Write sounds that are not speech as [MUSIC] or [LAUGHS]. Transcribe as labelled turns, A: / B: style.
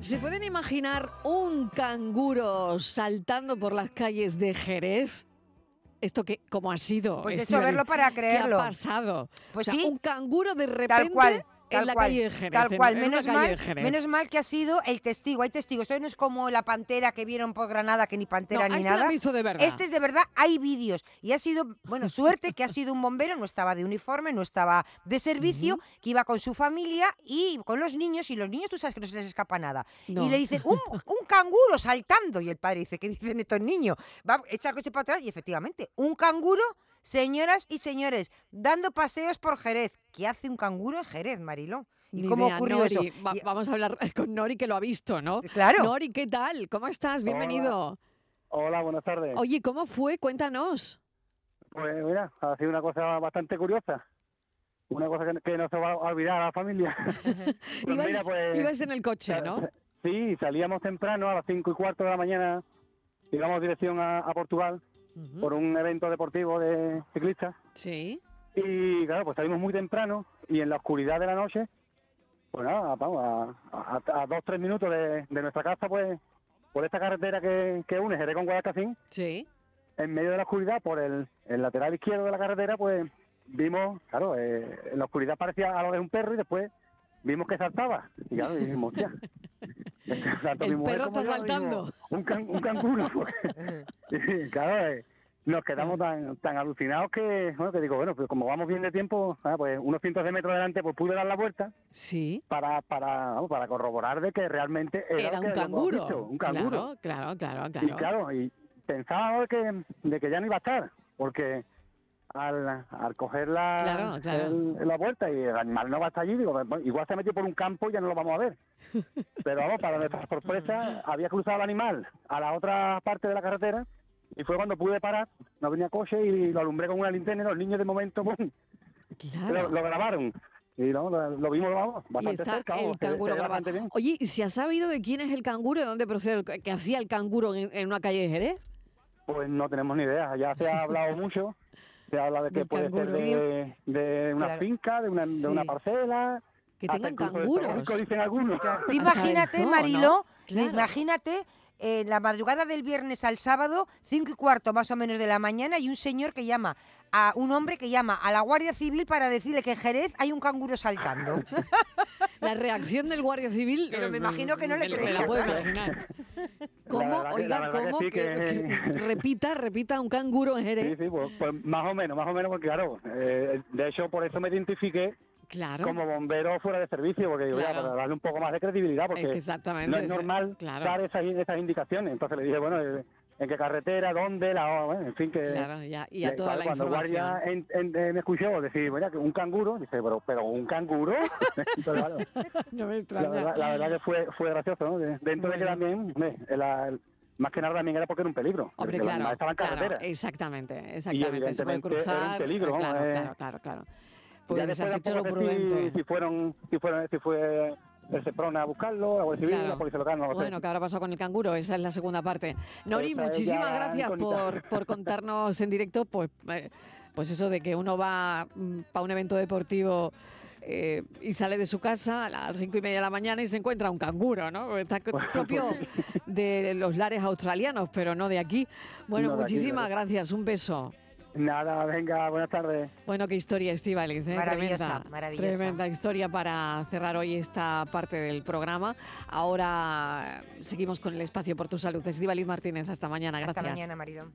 A: ¿Se pueden imaginar un canguro saltando por las calles de Jerez? ¿Esto qué, cómo ha sido?
B: Pues
A: Estivali?
B: esto verlo para creerlo.
A: ¿Qué ha pasado?
B: Pues
A: O sea,
B: sí.
A: Un canguro de repente
B: Tal cual.
A: en
B: tal
A: la
B: cual,
A: calle de Jerez.
B: Tal
A: en-
B: cual.
A: en una
B: Menos
A: calle de
B: mal,
A: Jerez.
B: menos mal que ha sido el testigo. Hay testigos. Esto no es como la pantera que vieron por Granada, que ni
A: No,
B: pantera
A: a
B: ni
A: este lo han
B: nada.
A: visto de verdad.
B: Este es de verdad, hay vídeos. Y ha sido, bueno, suerte que ha sido un bombero, no estaba de uniforme, no estaba de servicio, que iba con su familia y con los niños, y los niños tú sabes que no se les escapa nada.
A: No.
B: Y le dicen, un, un canguro saltando. Y el padre dice, ¿qué dicen estos niños? Va a echar el coche para atrás. Y efectivamente, un canguro, señoras y señores, dando paseos por Jerez. ¿Qué hace un canguro en Jerez, Marilón? ¿Y
A: Ni
B: cómo
A: idea,
B: ocurrió
A: Nori,
B: eso?
A: va-
B: Y-
A: vamos a hablar [LAUGHS] con Nori, que lo ha visto, ¿no?
B: Claro.
A: Nori, ¿qué tal? ¿Cómo estás? Bienvenido.
C: Hola, buenas tardes.
A: Oye, ¿cómo fue? Cuéntanos.
C: Pues mira, ha sido una cosa bastante curiosa. Una cosa que, que no se va a olvidar a la familia. Pues
A: ibas,
C: mira, pues-
A: ibas en el coche,
C: [LAUGHS]
A: ¿no?
C: Sí, salíamos temprano a las cinco y cuarto de la mañana. Íbamos dirección a, a Portugal
B: Mm.
A: Ujú,
C: por un evento deportivo de ciclistas.
A: Sí.
C: Y claro, pues salimos muy temprano y en la oscuridad de la noche, pues nada, vamos, a, a, a dos, tres minutos de, de nuestra casa, pues por esta carretera que, que une Jerez con Guadalcacín,
A: Sí.
C: en medio de la oscuridad, por el, el lateral izquierdo de la carretera, pues vimos, claro, eh, en la oscuridad parecía a lo de un perro y después vimos que saltaba. Y claro, dijimos, hostia. [LAUGHS] Tanto
A: El
C: mi mujer
A: perro
C: como
A: está
C: yo dijimos,
A: saltando.
C: Un, can- un canguro.
A: [LAUGHS]
C: porque- y claro, eh, nos quedamos tan, tan alucinados que, bueno, que digo, bueno, pues como vamos bien de tiempo, ah, pues unos cientos de metros delante, pues pude dar la vuelta
A: Sí.
C: para para, vamos, para corroborar de que realmente era,
A: Era
C: lo que
A: un
C: habíamos
A: canguro.
C: visto, un canguro.
A: Claro, claro, claro,
C: Y
A: claro.
C: claro, y pensaba de que, de que ya no iba a estar, porque al, al coger la,
A: Claro, claro.
C: el- la vuelta y el animal no va a estar allí, digo, pues, "Bueno, igual se ha metido por un campo y ya no lo vamos
A: [LAUGHS]
C: a ver. Pero vamos, para nuestra sorpresa, había cruzado el animal a la otra parte de la carretera y fue cuando pude parar, no venía coche y lo alumbré con una linterna y los niños de momento ¡pum!,
A: Claro.
C: lo, lo grabaron. Y no, lo, lo vimos vamos,
A: y
C: bastante
A: está
C: cerca, vamos,
A: el
C: se- se
A: canguro
C: ve
A: grabado.
C: bastante bien.
A: Oye, ¿y se ha sabido de quién es el canguro? ¿De dónde procede? El, ¿Qué hacía el canguro en, en una calle de Jerez?
C: Pues no tenemos ni idea, ya
A: [LAUGHS]
C: se ha hablado mucho, se habla de que
A: Del
C: puede
A: canguro.
C: ser de, de una
B: Claro.
C: finca, de una, de una
A: Sí.
C: parcela.
A: Que
C: hasta
A: tengan
C: incluso de
A: canguros.
C: zoológico, dicen algunos.
B: Claro. Tú
A: Hasta el
B: Imagínate,
A: zoo, ¿no?
B: Mariló,
A: Claro.
B: imagínate eh, la madrugada del viernes al sábado, cinco y cuarto más o menos de la mañana, y un señor que llama, a un hombre que llama a la Guardia Civil para decirle que en Jerez hay un canguro saltando.
A: La reacción del Guardia Civil.
B: Pero me
A: eh,
B: imagino que no le
A: me- me
B: creía,
A: la puedo
B: claro.
A: imaginar. [LAUGHS] ¿Cómo?
C: verdad que- la
A: Oiga,
C: verdad que
A: ¿cómo? que-
C: sí [LAUGHS] que-
A: que- repita, repita un canguro en
C: Sí,
A: Jerez.
C: sí, pues, pues más o menos, más o menos, porque claro, eh, de hecho por eso me identifiqué
A: Claro.
C: como bombero fuera de servicio, porque digo, ya,
A: Claro.
C: para darle un poco más de credibilidad,
A: Es que
C: porque
A: exactamente.
C: no es
A: ese-
C: normal
A: Claro.
C: dar esas, esas indicaciones. Entonces le dije, bueno, eh, ¿en qué carretera, dónde, la hora? Bueno, en fin, que...
A: Claro, ya, y a
C: Eh,
A: toda
C: claro,
A: la
C: cuando
A: información. [LAUGHS]
C: Guardia en, en- eh, me escuchó decir, mira, que un canguro, dice, pero, pero un
A: [LAUGHS]
C: canguro. Pero, claro,
A: No me
C: la,
A: extraña.
C: verdad, la verdad que fue, fue gracioso, ¿no? De- Dentro de que
A: Bueno.
C: también, hombre, el- el- más que nada también era porque era un peligro.
A: Hombre,
C: porque los
A: claro,
C: animales estaban en
A: claro, Eh,
C: carretera.
A: exactamente, exactamente. Se puede
C: evidentemente era un
A: cruzar.
C: peligro,
A: eh,
C: vamos,
A: claro,
C: eh.
A: claro, claro, claro.
C: Ya
A: Pues
C: después
A: has hecho lo
C: tampoco sé si-
A: prudente.
C: Si, fueron, si, fueron, si fue el Seprona a buscarlo, la Guardia Civil,
A: Claro.
C: la Policía Local, no lo sé.
A: Bueno, ¿qué habrá pasado con el canguro? Esa es la segunda parte. Nori,
C: pues Esa es
A: muchísimas
C: ya
A: gracias
C: incógnita.
A: por,
C: [LAUGHS]
A: por contarnos en directo, pues, eh, pues eso de que uno va para un evento deportivo eh, y sale de su casa a las cinco y media de la mañana y se encuentra un canguro, ¿no? Está co- [LAUGHS] propio
C: pues
A: de los lares australianos, pero no de aquí. Bueno,
C: No de aquí,
A: muchísimas
C: claro.
A: gracias, un beso.
C: Nada, venga, buenas tardes.
A: Bueno, qué historia, Estivaliz. ¿eh?
B: Maravillosa,
A: tremenda,
B: maravillosa.
A: Tremenda historia para cerrar hoy esta parte del programa. Ahora eh, seguimos con el espacio por tu salud. Estivaliz Martínez, hasta mañana. Gracias.
B: Hasta mañana, Marilón.